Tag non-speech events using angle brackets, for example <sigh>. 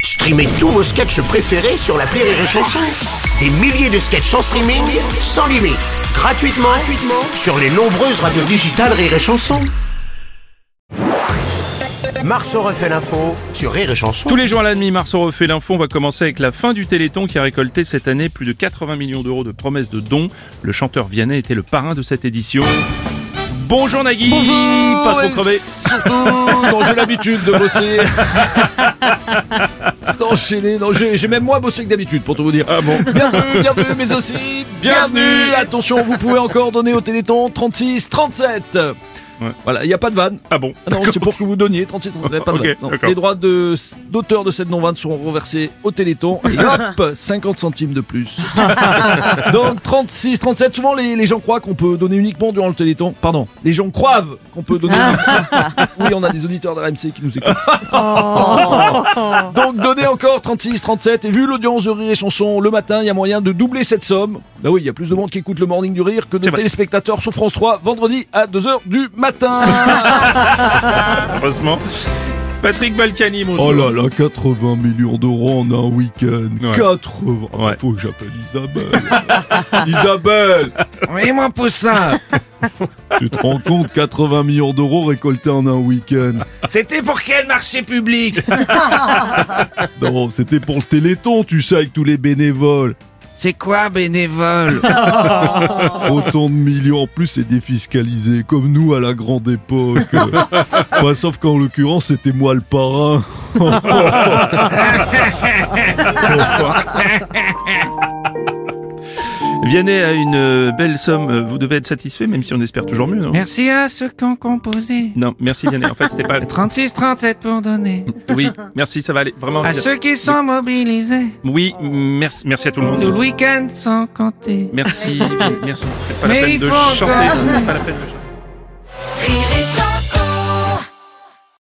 Streamez tous vos sketchs préférés sur la Rire et Chanson. Des milliers de sketchs en streaming, sans limite, gratuitement, gratuitement sur les nombreuses radios digitales Rire et Chanson. Marceau refait l'info sur Rire et Chanson. Tous les jours à la demi, Marceau refait l'info. On va commencer avec la fin du Téléthon qui a récolté cette année plus de 80 millions d'euros de promesses de dons. Le chanteur Vianney était le parrain de cette édition. Bonjour Nagui Pas trop et crevé Surtout, non, j'ai l'habitude <laughs> de bosser. D'enchaîner, non, j'ai j'ai même moins bossé que d'habitude pour tout vous dire. Ah bon Bienvenue, bienvenue, mais aussi bienvenue. Bienvenue. Attention, vous pouvez encore donner au Téléthon 36, 37. Voilà, il n'y a pas de vanne. Ah bon Ah Non, c'est pour que vous donniez 36, 37, pas de Ok, vanne. Non. d'accord. Les droits de- d'auteur de, cette non-vanne seront reversés au Téléthon. Et Ah. hop, 50 centimes de plus. <laughs> Donc 36, 37, souvent les, les gens croient qu'on peut donner uniquement durant le Téléthon. Pardon, les gens croient qu'on peut donner. oui, on a des auditeurs de RMC qui nous écoutent. <laughs> Donc donnez encore 36, 37 et vu l'audience de Rire et Chanson le matin, il y a moyen de doubler cette somme. Bah oui, il y a plus de monde qui écoute le Morning du Rire que de C'est vrai. téléspectateurs sur France 3 vendredi à 2h du matin. <laughs> Heureusement. Patrick Balkany, bonjour. Oh là là, 80 millions d'euros en un week-end. Ouais. 80. Ah, Ouais. Faut que j'appelle Isabelle. <laughs> Isabelle, Oui, moi, poussin, tu te rends compte 80 millions d'euros récoltés en un week-end. c'était pour quel marché public Non, c'était pour le Téléthon, tu sais, avec tous les bénévoles. C'est quoi, bénévole Autant de millions en plus, c'est défiscalisé, comme nous à la grande époque. Enfin, sauf qu'en l'occurrence, c'était moi le parrain. Vianney a une euh, belle somme. Euh, Vous devez être satisfait, même si on espère toujours mieux, non Merci à ceux qui ont composé. Non, merci Vianney. En fait, c'était <laughs> pas... 36-37 pour donner. Oui, merci, ça va aller. Vraiment. À ceux qui sont mobilisés. Oui, merci, merci à tout le Tout le monde. week-end sans compter. Merci, merci. C'est pas la Mais peine il de faut chanter. encore. C'est pas la peine de chanter.